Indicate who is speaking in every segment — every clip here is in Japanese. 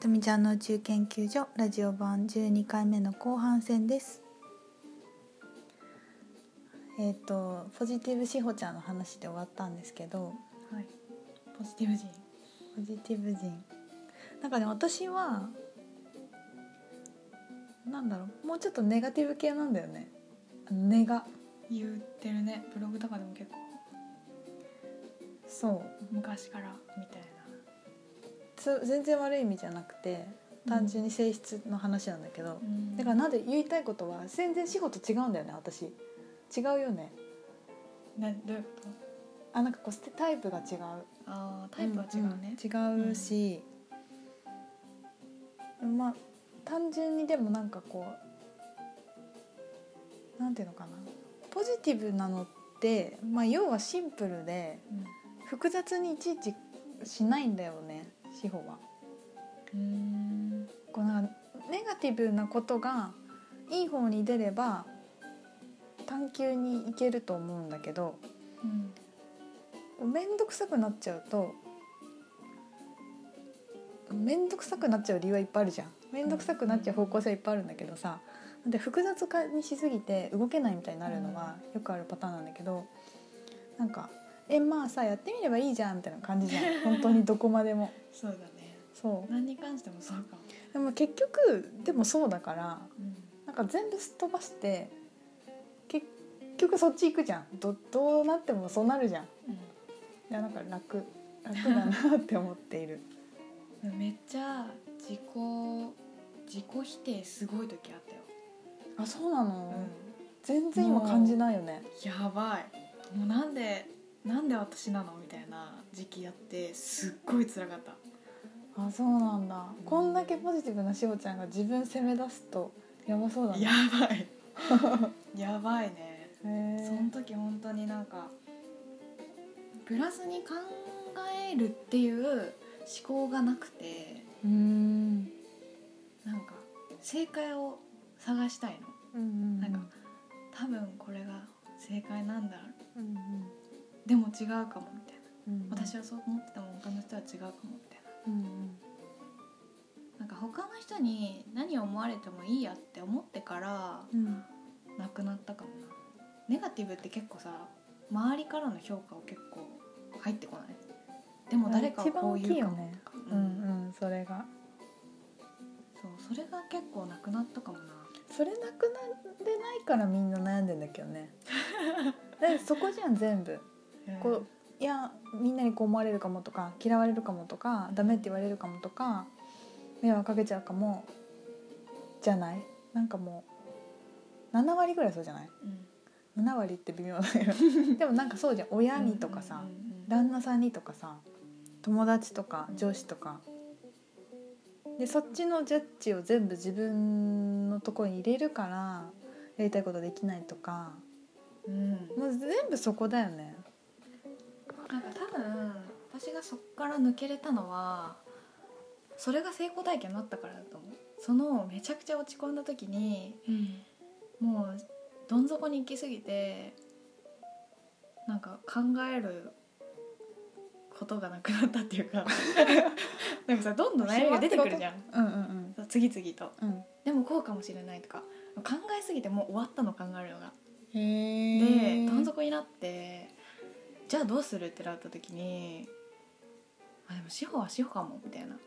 Speaker 1: とみちゃんの宇宙研究所ラジオ版12回目の後半戦ですえっ、とポジティブしほちゃんの話で終わったんですけど
Speaker 2: はい、ポジティブ人
Speaker 1: ポジティブ人なんかね私はなんだろうもうちょっとネガティブ系なんだよねネガ
Speaker 2: 言ってるねブログとかでも結構
Speaker 1: そう
Speaker 2: 昔からみたい
Speaker 1: つ全然悪い意味じゃなくて
Speaker 2: な
Speaker 1: 単純に性質の話なんだけど、
Speaker 2: うん
Speaker 1: だからなんで言いたいことは全然志保と違うんだよね私違うよね
Speaker 2: などういうこと
Speaker 1: あなんかこうタイプが違う
Speaker 2: あータイプは違うね、
Speaker 1: うんうん違うし、まあ単純にでもなんかこうなんていうのかなポジティブなのって、まあ、要はシンプルで複雑にいちいちしないんだよね志保は。
Speaker 2: うん
Speaker 1: こうなんかネガティブなことがいい方に出れば探求にいけると思うんだけど
Speaker 2: うん
Speaker 1: 面倒くさくなっちゃうと面倒くさくなっちゃう理由はいっぱいあるじゃん面倒くさくなっちゃう方向性はいっぱいあるんだけどさで複雑化にしすぎて動けないみたいになるのはよくあるパターンなんだけどなんか「えまあさやってみればいいじゃん」みたいな感じじゃん本当にどこまでも。
Speaker 2: そうだね
Speaker 1: そう
Speaker 2: 何に関してもそうかも、
Speaker 1: でも結局でもそうだから
Speaker 2: うん
Speaker 1: なんか全部すっ飛ばして結局そっち行くじゃんどどうなってもそうなるじゃんいやなんか楽楽だなって思っている
Speaker 2: うん、めっちゃ自己自己否定すごい時あったよ、
Speaker 1: あそうなの、
Speaker 2: う
Speaker 1: 全然今感じないよね
Speaker 2: ん、やばいもうなんでなんで私なのみたいな時期やってすっごい辛かった
Speaker 1: あそうなんだこんだけポジティブなしほちゃんが自分責め出すとやばそうだね
Speaker 2: やば いやばいね
Speaker 1: へ
Speaker 2: そ
Speaker 1: ー
Speaker 2: の時本当になんかプラスに考えるっていう思考がなくて
Speaker 1: うーん
Speaker 2: なんか正解を探したいの、
Speaker 1: うんうん
Speaker 2: なんか多分これが正解なんだ
Speaker 1: うんうん
Speaker 2: でも違うかもみたいな
Speaker 1: うん
Speaker 2: 私はそう思ってても他の人は違うかもみたいな
Speaker 1: うん
Speaker 2: なんか他の人に何を思われてもいいやって思ってから
Speaker 1: うんうん
Speaker 2: なくなったかもなネガティブって結構さ周りからの評価を結構入ってこないでも誰かはこう言うかも
Speaker 1: ね
Speaker 2: とか
Speaker 1: う
Speaker 2: うん
Speaker 1: んうんそれが
Speaker 2: そうそれが結構なくなったかもな
Speaker 1: それなくなれないからみんな悩んでんだけど ねだってそこじゃん全部こういやみんなにこう思われるかもとか嫌われるかもとかダメって言われるかもとか迷惑かけちゃうかもじゃないなんかもう7割ぐらいそうじゃない
Speaker 2: うん、
Speaker 1: 7割って微妙だ けどでもなんかそうじゃん親にとかさ
Speaker 2: うんうんうん
Speaker 1: 旦那さんにとかさ友達とか上司とかでそっちのジャッジを全部自分のところに入れるからやりたいことできないとか
Speaker 2: うん
Speaker 1: もう全部そこだよね。
Speaker 2: なんか多分私がそこから抜けれたのはそれが成功体験になったからだと思うそのめちゃくちゃ落ち込んだ時にもうどん底に行き過ぎてなんか考えることがなくなったっていう かなんかさどんどん悩みが出てくるじゃん
Speaker 1: うんうん
Speaker 2: そう次々と
Speaker 1: うん
Speaker 2: でもこうかもしれないとか考えすぎてもう終わったの考えるのが
Speaker 1: うん。へ
Speaker 2: で
Speaker 1: え。
Speaker 2: どん底になってじゃあどうするってなった時にあでも志保は志保かもみたいな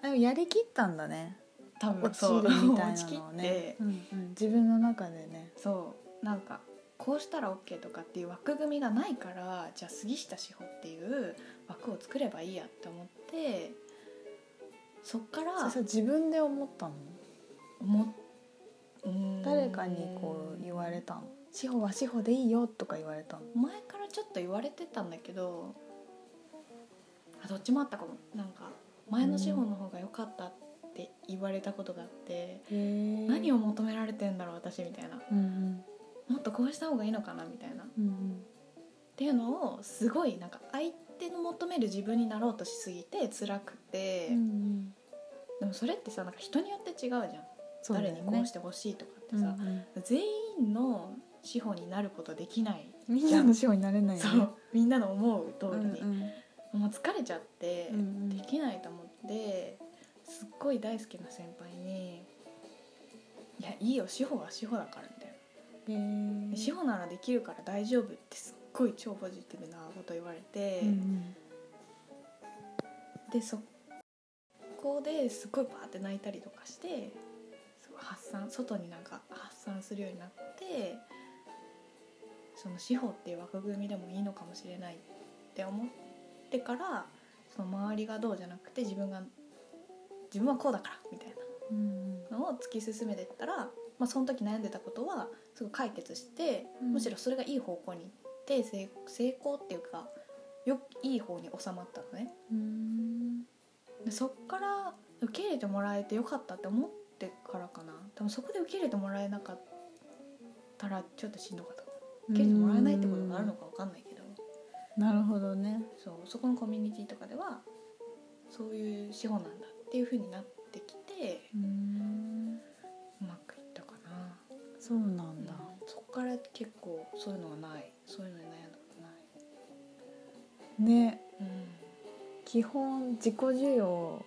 Speaker 1: あでもやりきったんだね。
Speaker 2: 多分
Speaker 1: 落ち
Speaker 2: そう
Speaker 1: るみたい
Speaker 2: 落
Speaker 1: な
Speaker 2: ちき
Speaker 1: のを
Speaker 2: って
Speaker 1: ね。うんうん自分の中でね。
Speaker 2: そうなんかこうしたら OK とかっていう枠組みがないからじゃあ杉下志保っていう枠を作ればいいやって思ってそっから
Speaker 1: それ自分で思ったの。
Speaker 2: 思っうーん
Speaker 1: 誰かにこう言われたの。志保は志保でいいよとか言われたの。
Speaker 2: 前からちょっと言われてたんだけどあどっちもあったかもなんか前の志保の方が良かったって言われたことがあって、何
Speaker 1: 何
Speaker 2: を。求められてんだろう私みたいな
Speaker 1: うんうん
Speaker 2: もっとこうした方がいいのかなみたいなっ
Speaker 1: うんうん。
Speaker 2: ていうのをすごいなんか相手の求める自分になろうとしすぎて辛くて、
Speaker 1: うんうん
Speaker 2: でもそれってさなんか人によって違うじゃん、
Speaker 1: そうだ
Speaker 2: 誰
Speaker 1: よ
Speaker 2: に
Speaker 1: ね
Speaker 2: こうしてほしいとかって
Speaker 1: うん
Speaker 2: さ、全員の志保になることできない、
Speaker 1: うんみんなの志保になれないよ
Speaker 2: そ
Speaker 1: ね。
Speaker 2: うみんなの思う通
Speaker 1: う
Speaker 2: り
Speaker 1: ん
Speaker 2: に。
Speaker 1: うん
Speaker 2: もう疲れちゃって
Speaker 1: うんうん
Speaker 2: できないと思ってすっごい大好きな先輩に「いやいいよ志保は志保だから」みたいな
Speaker 1: へえ
Speaker 2: 「志保ならできるから大丈夫」ってすっごい超ポジティブなこと言われて、
Speaker 1: うん
Speaker 2: でそこですごいパーって泣いたりとかしてすごい発散外になんか発散するようになってその司法っていう枠組みでもいいのかもしれないって思ってからその周りがどうじゃなくて自分が自分はこうだからみたい
Speaker 1: うんうん
Speaker 2: なのを突き進めてったら、まあ、その時悩んでたことはすぐ解決して、
Speaker 1: うん
Speaker 2: むしろそれがいい方向に行って成成功っていうかよいい方に収まったのね。
Speaker 1: うん
Speaker 2: でそっから受け入れてもらえてよかったって思ってからかな多分そこで受け入れてもらえなかったらちょっとしんどかった受け入れてもらえないってことがあるのかわかんないけど
Speaker 1: なるほどね
Speaker 2: そうそこのコミュニティとかではそういう資本なんだっていう風になってきて
Speaker 1: うん
Speaker 2: うまくいったかな、
Speaker 1: そうなんだ
Speaker 2: うんそこから結構そういうのがないそういうのに悩んだことない、
Speaker 1: ね
Speaker 2: うん、
Speaker 1: 基本自己需要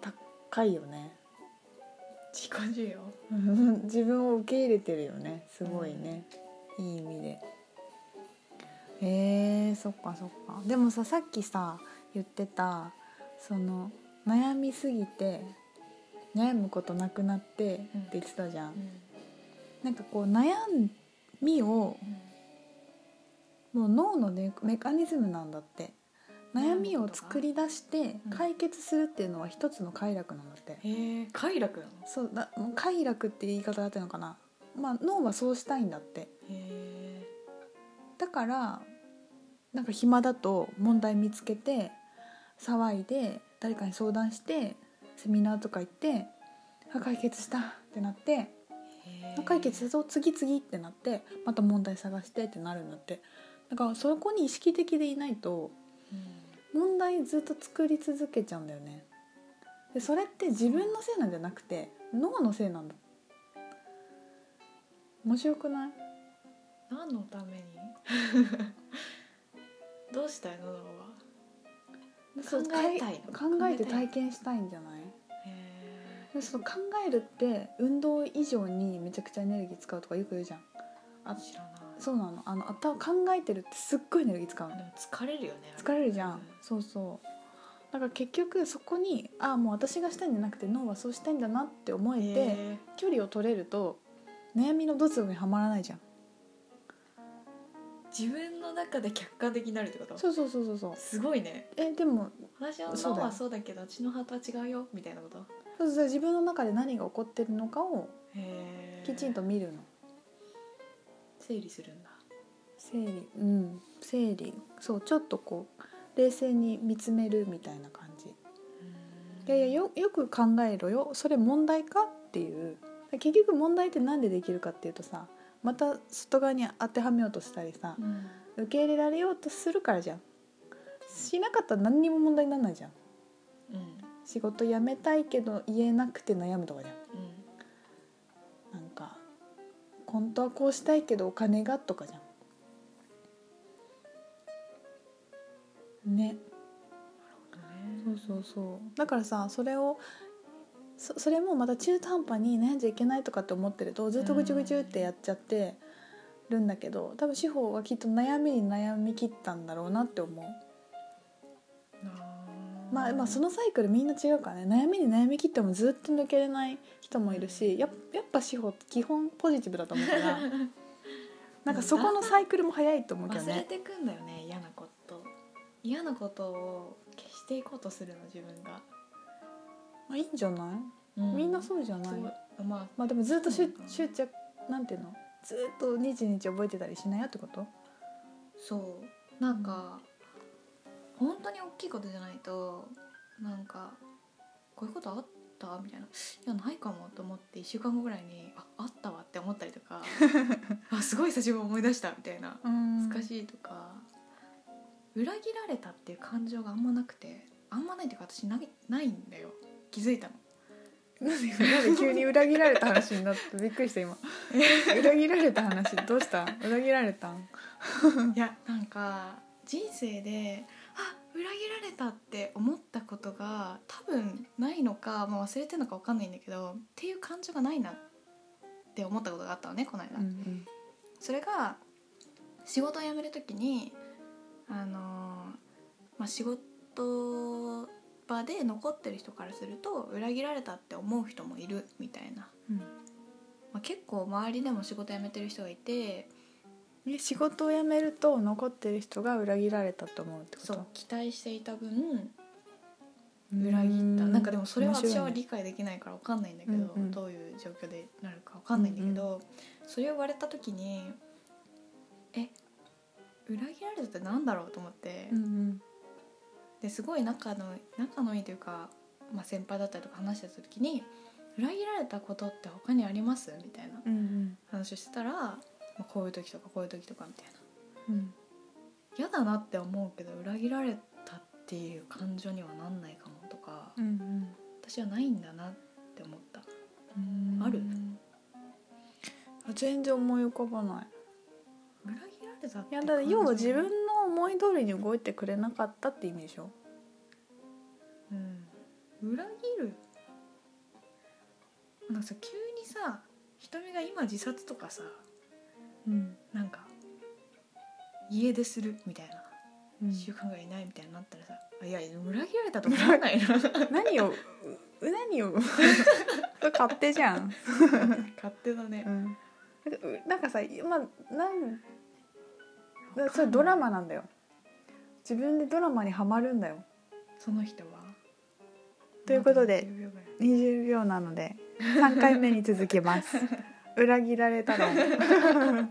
Speaker 1: 高いよね
Speaker 2: 自己需要
Speaker 1: うん自分を受け入れてるよねすごいね、いい意味でへえそっかそっかでもささっきさ言ってたその悩みすぎて悩むことなくなってって言ってたじゃん、
Speaker 2: うん
Speaker 1: なんかこう悩みをもう脳のねメカニズムなんだって悩みを作り出して
Speaker 2: うん
Speaker 1: 解決するっていうのは一つの快楽なんだって、
Speaker 2: へえ快楽なの
Speaker 1: そうだもう快楽って言い方だってるのかなまあ脳はそうしたいんだって
Speaker 2: へえ
Speaker 1: だからなんか暇だと問題見つけて騒いで誰かに相談してセミナーとか行ってあ解決したってなってあ解決そう次々ってなってまた問題探してってなるんだってだからそこに意識的でいないと
Speaker 2: うん
Speaker 1: 問題ずっと作り続けちゃうんだよねでそれって自分のせいなんじゃなくて脳のせいなんだ面白くない
Speaker 2: 何のために どうしたいのだろ
Speaker 1: そう
Speaker 2: 考えたい
Speaker 1: 考えて体験したいんじゃない
Speaker 2: へ
Speaker 1: でその考えるって運動以上にめちゃくちゃエネルギー使うとかよく言うじゃん
Speaker 2: え知らない
Speaker 1: そうなのあの頭考えてるってすっごいエネルギー使うの
Speaker 2: でも疲れるよね
Speaker 1: 疲れるじゃ
Speaker 2: うん
Speaker 1: んそうそうだから結局そこにああもう私がしたいんじゃなくて脳はそうしたいんだなって思えて、
Speaker 2: へ
Speaker 1: 距離を取れると悩みのドツボにはまらないじゃん
Speaker 2: え自分の中で客観的になるってこと
Speaker 1: そうそうそうそうそう
Speaker 2: すごいね
Speaker 1: えでも
Speaker 2: 私の
Speaker 1: そう
Speaker 2: 脳
Speaker 1: だよ
Speaker 2: はそうだけどうちのハートは違うよみたいなこと
Speaker 1: そうそう自分の中で何が起こってるのかを
Speaker 2: へえ
Speaker 1: きちんと見るの
Speaker 2: 整理するんだ
Speaker 1: 整理うん整理そうちょっとこう冷静に見つめるみたいな感じいやいやよよく考えろよそれ問題かっていう結局問題って何でできるかっていうとさまた外側に当てはめようとしたりさ
Speaker 2: うん
Speaker 1: 受け入れられようとするからじゃんしなかったら何にも問題にならないじゃん
Speaker 2: うん
Speaker 1: 仕事辞めたいけど言えなくて悩むとかじゃん
Speaker 2: うん
Speaker 1: なんか本当はこうしたいけどお金がとかじゃんねそうそうそうだからさそれをそそれもまた中途半端に悩んじゃいけないとかって思ってるとずっとぐちゅぐちゅってやっちゃってるんだけど多分司法はきっと悩みに悩み切ったんだろうなって思う、まあ、まあそ
Speaker 2: の
Speaker 1: のサイクルみんな違うからね悩みに悩み切ってもずっと抜けれない人もいるしやっやっぱ司法って基本ポジティブだと思うから なんかそこのサイクルも早いと思うけど
Speaker 2: 忘れ
Speaker 1: ね
Speaker 2: てくんだよね嫌なこと嫌なことを消していこうとするの自分が
Speaker 1: あいいんじゃないみ
Speaker 2: み
Speaker 1: ん
Speaker 2: ん
Speaker 1: な
Speaker 2: なそう
Speaker 1: そうじゃな
Speaker 2: じゃ
Speaker 1: い、
Speaker 2: ないま
Speaker 1: まあでもずっと
Speaker 2: そう
Speaker 1: 執
Speaker 2: か
Speaker 1: 執着なんていうのずっと日々覚えてたりしないよってこと
Speaker 2: あそうなんか本当に大きいことじゃないとなんかこういうことあったみたいないやないかもと思って1週間後ぐらいにああったわって思ったりとかあすごい久しぶりに思い出したみたいな
Speaker 1: 難
Speaker 2: 難しいとか裏切られたっていう感情があんまなくてあんまないっていうか私ないないんだよ気づいた の
Speaker 1: なんで急に裏切られた話になってびっくりした 今裏切られた話どうした裏切られたん
Speaker 2: いやなんか人生であ裏切られたって思ったことが多分ないのか、まあ、忘れてるのか分かんないんだけどっていう感情がないなって思ったことがあったのねこの間、
Speaker 1: うん
Speaker 2: それが仕事を辞める時にあのーまあ、仕事場で残ってる人からすると裏切られたって思う人もいるみたいな、
Speaker 1: うん
Speaker 2: まあ、結構周りでも仕事辞めてる人がいて
Speaker 1: え仕事を辞めると残ってる人が裏切られたと思うってこと
Speaker 2: そう期待していた分
Speaker 1: うん
Speaker 2: 裏切ったなんかでもそれは
Speaker 1: 面白い
Speaker 2: 私
Speaker 1: ね
Speaker 2: は理解できないから分かんないんだけど、
Speaker 1: うんうん
Speaker 2: どういう状況でなるか分かんないんだけど、それを言われた時にえ裏切られたってなんだろうと思って、
Speaker 1: うんうん
Speaker 2: ですごい仲の仲のいいというか、まあ、先輩だったりとか話してた時に「裏切られたことって他にあります?」みたいな
Speaker 1: うん
Speaker 2: 話をしてたら、まあ、こういう時とかこういう時とかみたいな
Speaker 1: うんうん
Speaker 2: 嫌だなって思うけど裏切られたっていう感情にはなんないかもとか
Speaker 1: うん
Speaker 2: 私はないんだなって思った。
Speaker 1: うんうん
Speaker 2: ある
Speaker 1: あ全然思い浮かばない
Speaker 2: 裏切られたって
Speaker 1: いやだから
Speaker 2: 感じ
Speaker 1: 要は自分の思い通りに動いてくれなかったって意味でしょ
Speaker 2: うん、裏切るなんかさ急にさ瞳が今自殺とかさ
Speaker 1: うん
Speaker 2: なんか家出するみたいな
Speaker 1: うん
Speaker 2: 習慣がいないみたいになったらさ「あいや裏切られたと思わな いな
Speaker 1: 何をう何を 勝手じゃん、
Speaker 2: 勝手だね
Speaker 1: うん、なんかうなんかさ今なんだそれドラマなんだよ自分でドラマにはまるんだよ
Speaker 2: その人は
Speaker 1: ということで
Speaker 2: まだ20秒ぐらい
Speaker 1: 20秒なので3回目に続きます裏切られたの